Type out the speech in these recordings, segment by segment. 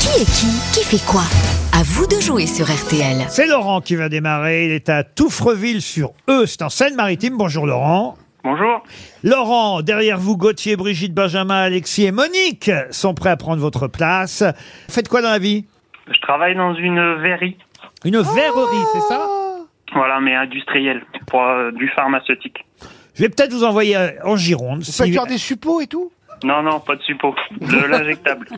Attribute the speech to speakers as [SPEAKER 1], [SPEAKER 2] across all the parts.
[SPEAKER 1] Qui est qui Qui fait quoi À vous de jouer sur RTL.
[SPEAKER 2] C'est Laurent qui va démarrer. Il est à Touffreville sur E. C'est en Seine-Maritime. Bonjour Laurent.
[SPEAKER 3] Bonjour.
[SPEAKER 2] Laurent, derrière vous, Gauthier, Brigitte, Benjamin, Alexis et Monique sont prêts à prendre votre place. Faites quoi dans la vie
[SPEAKER 3] Je travaille dans une verrerie.
[SPEAKER 2] Une verrerie, c'est ça
[SPEAKER 3] Voilà, mais industrielle, pour euh, du pharmaceutique.
[SPEAKER 2] Je vais peut-être vous envoyer euh, en Gironde.
[SPEAKER 4] Ça
[SPEAKER 2] si-
[SPEAKER 4] genre des suppôts et tout
[SPEAKER 3] Non, non, pas de suppôt. De l'injectable.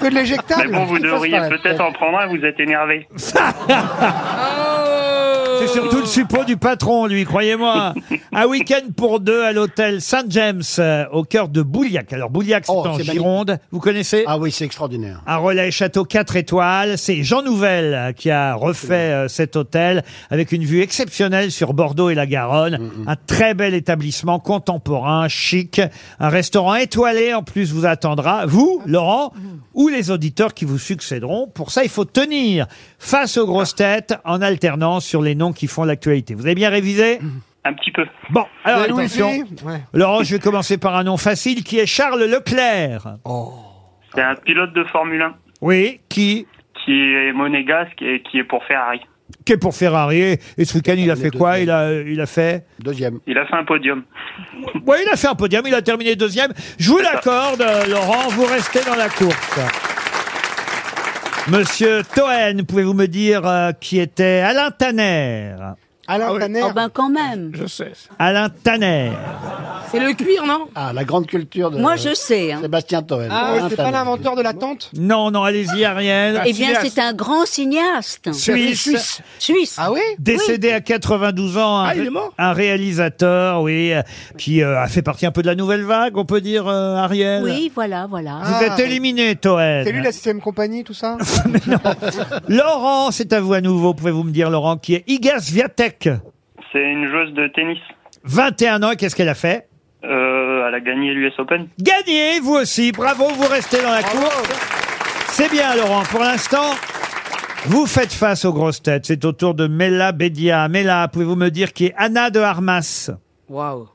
[SPEAKER 4] Que de l'éjectable
[SPEAKER 3] Mais bon, vous devriez peut-être en prendre un, vous êtes énervé.
[SPEAKER 2] C'est surtout le suppôt du patron, lui, croyez-moi. Un week-end pour deux à l'hôtel Saint-James, euh, au cœur de Bouliac. Alors, Bouliac, c'est
[SPEAKER 4] Oh,
[SPEAKER 2] en
[SPEAKER 4] c'est magnifique.
[SPEAKER 2] Gironde. Vous connaissez
[SPEAKER 4] Ah oui, c'est extraordinaire.
[SPEAKER 2] Un relais château 4 étoiles. C'est Jean Nouvel euh, qui a refait euh, cet hôtel avec une vue exceptionnelle sur Bordeaux et la Garonne.
[SPEAKER 4] Mm-hmm.
[SPEAKER 2] Un très bel établissement contemporain, chic. Un restaurant étoilé en plus vous attendra, vous, Laurent,
[SPEAKER 4] Mm-hmm.
[SPEAKER 2] ou les auditeurs qui vous succéderont. Pour ça, il faut tenir face aux grosses têtes en alternance sur les noms qui font l'actualité. Vous avez bien révisé
[SPEAKER 3] Un petit peu.
[SPEAKER 2] Bon, alors
[SPEAKER 4] La Mm-hmm. Ah Louis
[SPEAKER 2] attention.
[SPEAKER 4] V, ouais.
[SPEAKER 2] Laurent, je vais commencer par un nom facile qui est Charles Leclerc.
[SPEAKER 4] Oh.
[SPEAKER 3] C'est un pilote de Formule 1
[SPEAKER 2] Oui, qui
[SPEAKER 3] qui est monégasque et qui est pour Ferrari.
[SPEAKER 2] qui est pour Ferrari. Et ce week-end, il a fait quoi il a, il a fait
[SPEAKER 4] Deuxième.
[SPEAKER 3] Il a fait un podium.
[SPEAKER 2] Oui, il a fait un podium, il a terminé deuxième. Je vous l'accorde, euh, Laurent, vous restez dans la course. Monsieur Toen, pouvez-vous me dire euh, qui était Alain Tanner
[SPEAKER 4] Alain Tanner.
[SPEAKER 5] Oh ben quand même.
[SPEAKER 2] Alain Tanner.
[SPEAKER 6] C'est le cuir, non
[SPEAKER 4] Ah, la grande culture de
[SPEAKER 5] Moi je sais. hein.
[SPEAKER 4] Sébastien Toel.
[SPEAKER 6] Ah,
[SPEAKER 4] Alain
[SPEAKER 6] c'est pas
[SPEAKER 4] Tanner.
[SPEAKER 6] l'inventeur de la tente
[SPEAKER 2] Non, non, allez-y, Ariel.
[SPEAKER 5] Eh bien c'est un grand cinéaste.
[SPEAKER 2] Suisse.
[SPEAKER 4] Suisse.
[SPEAKER 5] Suisse.
[SPEAKER 6] Ah oui
[SPEAKER 2] Décédé à 92 ans, un,
[SPEAKER 6] Ah, il
[SPEAKER 2] ré-
[SPEAKER 6] est mort
[SPEAKER 2] un réalisateur, oui, euh, qui euh, a fait partie un peu de la nouvelle vague, on peut dire, euh, Ariel.
[SPEAKER 5] Oui, voilà, voilà.
[SPEAKER 2] Vous
[SPEAKER 4] Ah.
[SPEAKER 2] êtes éliminé, Toen.
[SPEAKER 4] C'est lui la sixième compagnie, tout ça
[SPEAKER 2] Laurent, c'est à vous à nouveau. Pouvez-vous me dire, Laurent, qui est Igas Viatek
[SPEAKER 3] C'est une joueuse de tennis.
[SPEAKER 2] 21 ans, et qu'est-ce qu'elle a fait
[SPEAKER 3] Euh, elle a gagné l'US Open.
[SPEAKER 2] Gagnez, vous aussi. Bravo, vous restez dans la course. C'est bien, Laurent. Pour l'instant, vous faites face aux grosses têtes. C'est au tour de Mela Bédia. Mela, pouvez-vous me dire qui est Anna de Armas
[SPEAKER 6] Waouh.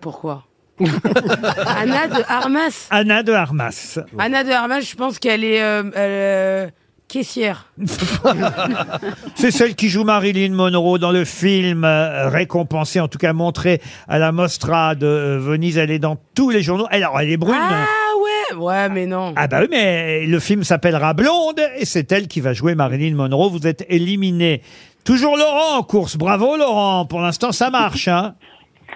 [SPEAKER 6] Pourquoi Anna de Armas.
[SPEAKER 2] Anna de Armas.
[SPEAKER 6] Anna de Armas, je pense qu'elle est euh, elle, euh, caissière.
[SPEAKER 2] C'est celle qui joue Marilyn Monroe dans le film euh, récompensé, en tout cas montré à la Mostra de euh, Venise. Elle est dans tous les journaux. Alors, elle est brune.
[SPEAKER 6] Ah ouais Ouais, mais non.
[SPEAKER 2] Ah bah oui, mais le film s'appellera Blonde et c'est elle qui va jouer Marilyn Monroe. Vous êtes éliminé. Toujours Laurent en course. Bravo Laurent. Pour l'instant, ça marche. Hein.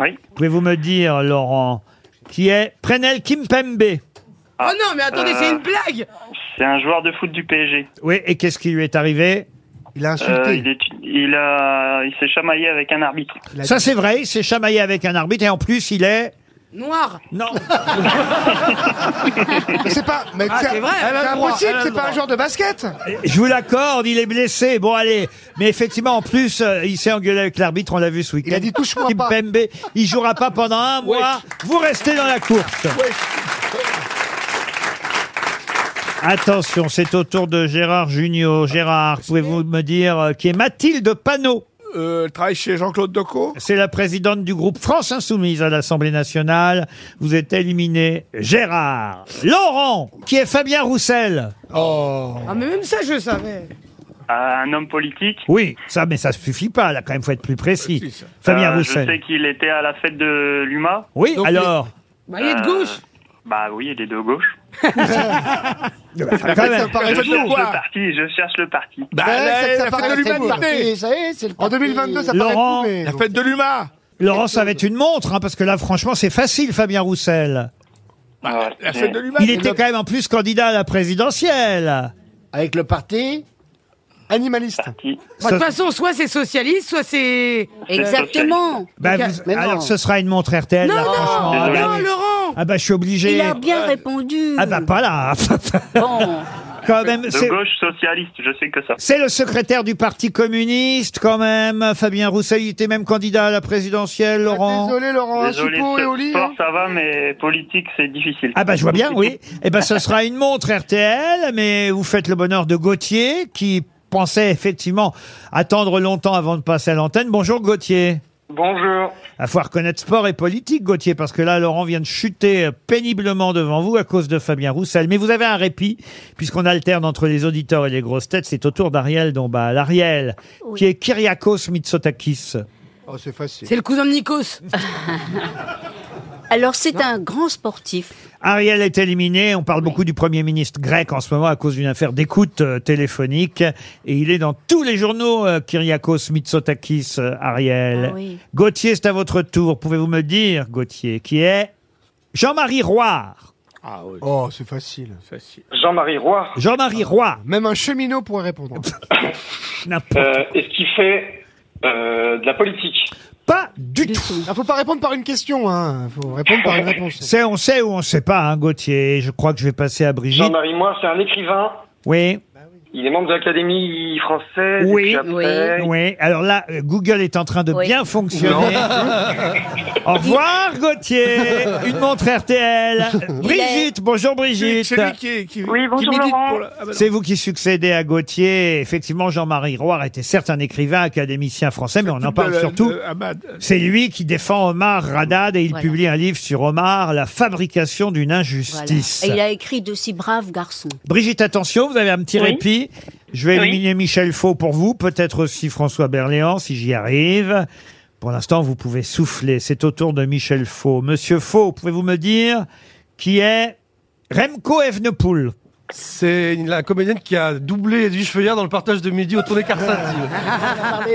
[SPEAKER 3] Oui.
[SPEAKER 2] Pouvez-vous me dire, Laurent, qui est Prenel Kimpembe
[SPEAKER 6] Oh non, mais attendez,
[SPEAKER 3] Euh.
[SPEAKER 6] c'est une blague
[SPEAKER 3] C'est un joueur de foot du PSG.
[SPEAKER 2] Oui, et qu'est-ce qui lui est arrivé
[SPEAKER 4] Il a
[SPEAKER 3] Euh,
[SPEAKER 4] insulté.
[SPEAKER 3] il est- il a, il s'est chamaillé avec un arbitre.
[SPEAKER 4] La-
[SPEAKER 2] Ça, c'est vrai. Il s'est chamaillé avec un arbitre et en plus, il est...
[SPEAKER 6] Noir
[SPEAKER 2] Non,
[SPEAKER 4] Mais c'est pas. Mais
[SPEAKER 6] Ah, c'est vrai, elle a le droit, elle a le droit.
[SPEAKER 4] joueur de basket
[SPEAKER 2] je vous l'accorde, il est blessé. Bon, allez. Mais effectivement, en plus, euh, il s'est engueulé avec l'arbitre. On l'a vu ce week-end.
[SPEAKER 4] Il a dit touche-moi pas.
[SPEAKER 2] Kimpembe, il jouera pas pendant un mois. Vous restez dans la course. Attention, c'est au tour de Gérard Junior. Gérard, pouvez-vous me dire euh, qui est Mathilde Panot
[SPEAKER 7] Euh, elle travaille chez Jean-Claude Decaux.
[SPEAKER 2] C'est la présidente du groupe France Insoumise à l'Assemblée nationale. Vous êtes éliminé, Gérard. Laurent, qui est Fabien Roussel
[SPEAKER 6] Ah mais même ça, je savais.
[SPEAKER 3] Ah, Un homme politique.
[SPEAKER 2] Oui, ça, mais ça suffit pas. Là, quand même, faut être plus précis.
[SPEAKER 7] Précis, ça.
[SPEAKER 2] Fabien
[SPEAKER 3] Euh,
[SPEAKER 2] Roussel.
[SPEAKER 3] Je sais qu'il était à la fête de l'UMA.
[SPEAKER 2] Oui,
[SPEAKER 7] Donc,
[SPEAKER 2] alors,
[SPEAKER 6] Bah, il est de gauche
[SPEAKER 3] Bah oui, il est de gauche.
[SPEAKER 2] enfin, quand même,
[SPEAKER 4] Ah,
[SPEAKER 3] Je bah,
[SPEAKER 7] Faites-le
[SPEAKER 3] cherche
[SPEAKER 7] voir.
[SPEAKER 3] le parti, je cherche le parti.
[SPEAKER 7] Bah,
[SPEAKER 4] Ouais,
[SPEAKER 7] la,
[SPEAKER 4] ça,
[SPEAKER 7] la
[SPEAKER 4] ça
[SPEAKER 7] fête
[SPEAKER 4] paraît
[SPEAKER 7] de
[SPEAKER 4] très
[SPEAKER 7] l'humanité.
[SPEAKER 4] cool. Ça y est, c'est le
[SPEAKER 8] En
[SPEAKER 4] parti.
[SPEAKER 8] 2022, ça
[SPEAKER 2] Laurent.
[SPEAKER 8] paraît
[SPEAKER 7] La
[SPEAKER 8] coupé.
[SPEAKER 7] fête de l'humain.
[SPEAKER 2] Laurent, ça va être une montre, hein, parce que là, franchement, c'est facile, Fabien Roussel.
[SPEAKER 4] Bah,
[SPEAKER 3] Ah ouais.
[SPEAKER 7] La
[SPEAKER 3] Mais-
[SPEAKER 7] fête de l'humain.
[SPEAKER 2] Il était quand même en plus candidat à la présidentielle.
[SPEAKER 4] Avec le parti animaliste.
[SPEAKER 3] Qui-
[SPEAKER 6] Bah, De toute façon, soit c'est socialiste, soit c'est...
[SPEAKER 5] Exactement.
[SPEAKER 2] Bah,
[SPEAKER 6] Donc,
[SPEAKER 2] vous-
[SPEAKER 4] mais non.
[SPEAKER 2] alors, ce sera une montre RTL.
[SPEAKER 6] Non,
[SPEAKER 2] là,
[SPEAKER 6] non
[SPEAKER 2] franchement. Ah, bah,
[SPEAKER 6] Non,
[SPEAKER 2] oui.
[SPEAKER 6] Laurent
[SPEAKER 2] Ah bah, je suis obligé.
[SPEAKER 5] Il a bien répondu.
[SPEAKER 2] Ah bah, pas là.
[SPEAKER 5] Bon.
[SPEAKER 2] quand même,
[SPEAKER 3] De
[SPEAKER 2] c'est...
[SPEAKER 3] gauche socialiste, je sais que ça.
[SPEAKER 2] c'est le secrétaire du Parti communiste, quand même. Fabien Roussel, il était même candidat à la présidentielle, Laurent.
[SPEAKER 4] Désolé, Laurent. Un
[SPEAKER 3] Désolé,
[SPEAKER 4] suppôt Oh, et au lit.
[SPEAKER 3] sport
[SPEAKER 4] hein.
[SPEAKER 3] ça va, mais politique c'est difficile.
[SPEAKER 2] Ah bah je vois bien, oui. Eh ben ce sera une montre RTL, mais vous faites le bonheur de Gauthier qui pensait effectivement attendre longtemps avant de passer à l'antenne. Bonjour Gauthier.
[SPEAKER 3] Bonjour.
[SPEAKER 2] Il faut reconnaître sport et politique, Gauthier, parce que là, Laurent vient de chuter euh, péniblement devant vous à cause de Fabien Roussel. Mais vous avez un répit, puisqu'on alterne entre les auditeurs et les grosses têtes. C'est au tour d'Ariel Dombal. Ariel, qui est Kyriakos Mitsotakis.
[SPEAKER 4] Oh, c'est facile.
[SPEAKER 6] C'est le cousin de Nikos.
[SPEAKER 5] Alors, c'est un grand sportif.
[SPEAKER 2] Ariel est éliminé. On parle beaucoup du Premier ministre grec en ce moment à cause d'une affaire d'écoute euh, téléphonique. Et il est dans tous les journaux, euh, Kyriakos Mitsotakis, euh, Ariel.
[SPEAKER 5] Ah oui.
[SPEAKER 2] Gauthier, c'est à votre tour. Pouvez-vous me dire, Gauthier, qui est Jean-Marie Roire
[SPEAKER 7] Ah oui.
[SPEAKER 4] Oh, c'est facile.
[SPEAKER 7] Facile.
[SPEAKER 8] Jean-Marie Roy,
[SPEAKER 2] Jean-Marie Roire
[SPEAKER 4] Même un cheminot pourrait répondre.
[SPEAKER 2] n'importe
[SPEAKER 8] euh, est-ce qu'il fait euh, de la politique
[SPEAKER 2] pas du
[SPEAKER 5] Euh,
[SPEAKER 2] tout.
[SPEAKER 4] Il Ah, faut pas répondre par une question, hein. faut répondre par une réponse.
[SPEAKER 2] C'est on sait ou on sait pas, hein, Gauthier. Je crois que je vais passer à Brigitte.
[SPEAKER 8] Jean-Marie Moir, c'est un écrivain.
[SPEAKER 2] Oui,
[SPEAKER 8] Il est membre de l'Académie française. et
[SPEAKER 2] Oui.
[SPEAKER 8] puis après,
[SPEAKER 2] oui. Alors là, euh, Google est en train de
[SPEAKER 5] Oui.
[SPEAKER 2] bien fonctionner. Au revoir, Gauthier. Une montre RTL. Brigitte, bonjour
[SPEAKER 7] C'est
[SPEAKER 2] Brigitte.
[SPEAKER 7] c'est lui qui, qui,
[SPEAKER 3] Oui,
[SPEAKER 7] qui
[SPEAKER 3] bonjour,
[SPEAKER 7] milite
[SPEAKER 3] Laurent.
[SPEAKER 7] pour la... Ah, bah non.
[SPEAKER 2] C'est vous qui succédez à Gauthier. Effectivement, Jean-Marie Roire était certes un écrivain, académicien français, mais on en parle
[SPEAKER 7] De-
[SPEAKER 2] surtout.
[SPEAKER 7] de Ahmad.
[SPEAKER 2] C'est lui qui défend Omar Radad et il
[SPEAKER 5] Voilà.
[SPEAKER 2] publie un livre sur Omar, La fabrication d'une
[SPEAKER 5] Voilà.
[SPEAKER 2] injustice.
[SPEAKER 5] Et il a écrit de si braves garçons.
[SPEAKER 2] Brigitte, attention, vous avez un petit
[SPEAKER 3] Oui.
[SPEAKER 2] répit. Je vais
[SPEAKER 3] Oui.
[SPEAKER 2] éliminer Michel Faux pour vous, peut-être aussi François Berléand, si j'y arrive. Pour l'instant, vous pouvez souffler. C'est au tour de Michel Faux. Monsieur Faux, pouvez-vous me dire qui est Remco Evenepoel
[SPEAKER 9] C'est une- la comédienne qui a doublé Edwige Feuillard dans le partage de midi au tournée Carsati.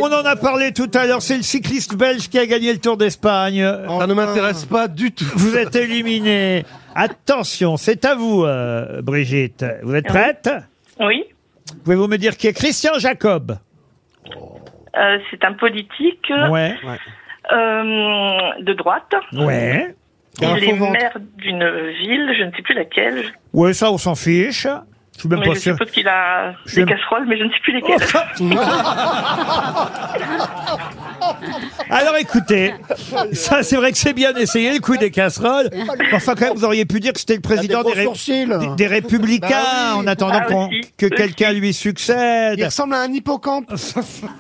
[SPEAKER 2] On en a parlé tout à l'heure. C'est le cycliste belge qui a gagné le Tour d'Espagne.
[SPEAKER 4] Ah.
[SPEAKER 9] Ça ne m'intéresse pas du tout.
[SPEAKER 2] Vous êtes éliminé. Attention, c'est à vous, euh, Brigitte. Vous êtes prête
[SPEAKER 10] Oui,
[SPEAKER 2] Pouvez-vous me dire qui est Christian Jacob
[SPEAKER 10] euh, c'est un politique
[SPEAKER 3] Ah.
[SPEAKER 2] Ouais.
[SPEAKER 10] euh, de droite.
[SPEAKER 2] Ouais.
[SPEAKER 4] Il a un
[SPEAKER 10] Il est
[SPEAKER 4] faux ventre.
[SPEAKER 10] maire d'une ville, je ne sais plus laquelle.
[SPEAKER 2] Ouais, ça, on s'en fiche. Je suis même
[SPEAKER 10] Mais
[SPEAKER 2] pas
[SPEAKER 10] je
[SPEAKER 2] sûr.
[SPEAKER 10] suppose qu'il a
[SPEAKER 2] Je
[SPEAKER 10] des
[SPEAKER 2] Oh, vais-
[SPEAKER 10] casseroles, mais je ne sais plus lesquelles.
[SPEAKER 2] Alors écoutez, ça c'est vrai que c'est bien essayé le coup des casseroles. Enfin quand même, vous auriez pu dire que c'était le
[SPEAKER 4] Il a
[SPEAKER 2] président
[SPEAKER 4] Ah, des
[SPEAKER 2] des,
[SPEAKER 4] gros
[SPEAKER 2] ré-
[SPEAKER 4] sourcils. hein.
[SPEAKER 2] des- des républicains
[SPEAKER 4] Bah oui.
[SPEAKER 2] en attendant
[SPEAKER 10] Ah,
[SPEAKER 2] qu'on-
[SPEAKER 10] aussi.
[SPEAKER 2] que
[SPEAKER 10] Aussi.
[SPEAKER 2] quelqu'un lui
[SPEAKER 4] Il
[SPEAKER 2] succède.
[SPEAKER 4] ressemble à un hippocampe,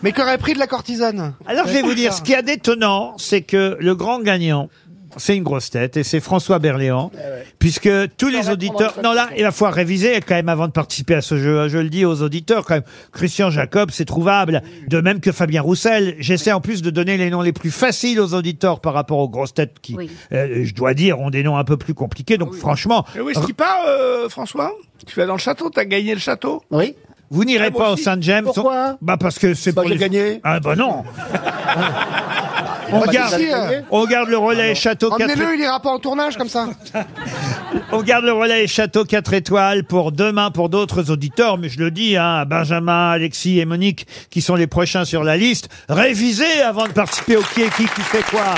[SPEAKER 4] mais qui aurait pris de la cortisane.
[SPEAKER 2] Alors je vais vous dire, ce qui est d'étonnant, c'est que le grand gagnant, c'est une grosse tête et c'est François Berléand,
[SPEAKER 7] Eh
[SPEAKER 2] puisque tous les auditeurs. Non là, il va falloir réviser quand même avant de participer à ce jeu. hein. Je le dis aux auditeurs quand même. Christian Jacob, c'est trouvable, de même que Fabien Roussel. J'essaie en plus de donner les noms les plus faciles aux auditeurs par rapport aux grosses têtes qui,
[SPEAKER 5] Oui.
[SPEAKER 2] euh, je dois dire, ont des noms un peu plus compliqués. Donc franchement,
[SPEAKER 7] Eh oui, ce qui part, euh, François Tu vas dans le château, t'as gagné le château
[SPEAKER 4] Oui.
[SPEAKER 2] vous n'irez
[SPEAKER 7] Ah, moi
[SPEAKER 2] pas au
[SPEAKER 7] aussi.
[SPEAKER 2] Saint James.
[SPEAKER 4] Pourquoi
[SPEAKER 2] Bah parce que c'est
[SPEAKER 4] Bah,
[SPEAKER 2] pour
[SPEAKER 4] j'ai
[SPEAKER 2] les-
[SPEAKER 4] gagné.
[SPEAKER 2] Ah bah non. on,
[SPEAKER 4] bah,
[SPEAKER 2] garde,
[SPEAKER 4] si, hein.
[SPEAKER 2] on garde le relais château. quatre-
[SPEAKER 4] Emmenez-le, il ira pas en tournage comme ça.
[SPEAKER 2] On garde le relais Château 4 étoiles pour demain pour d'autres auditeurs, mais je le dis hein, à Benjamin, Alexis et Monique qui sont les prochains sur la liste. Révisez avant de participer au qui est qui qui fait quoi.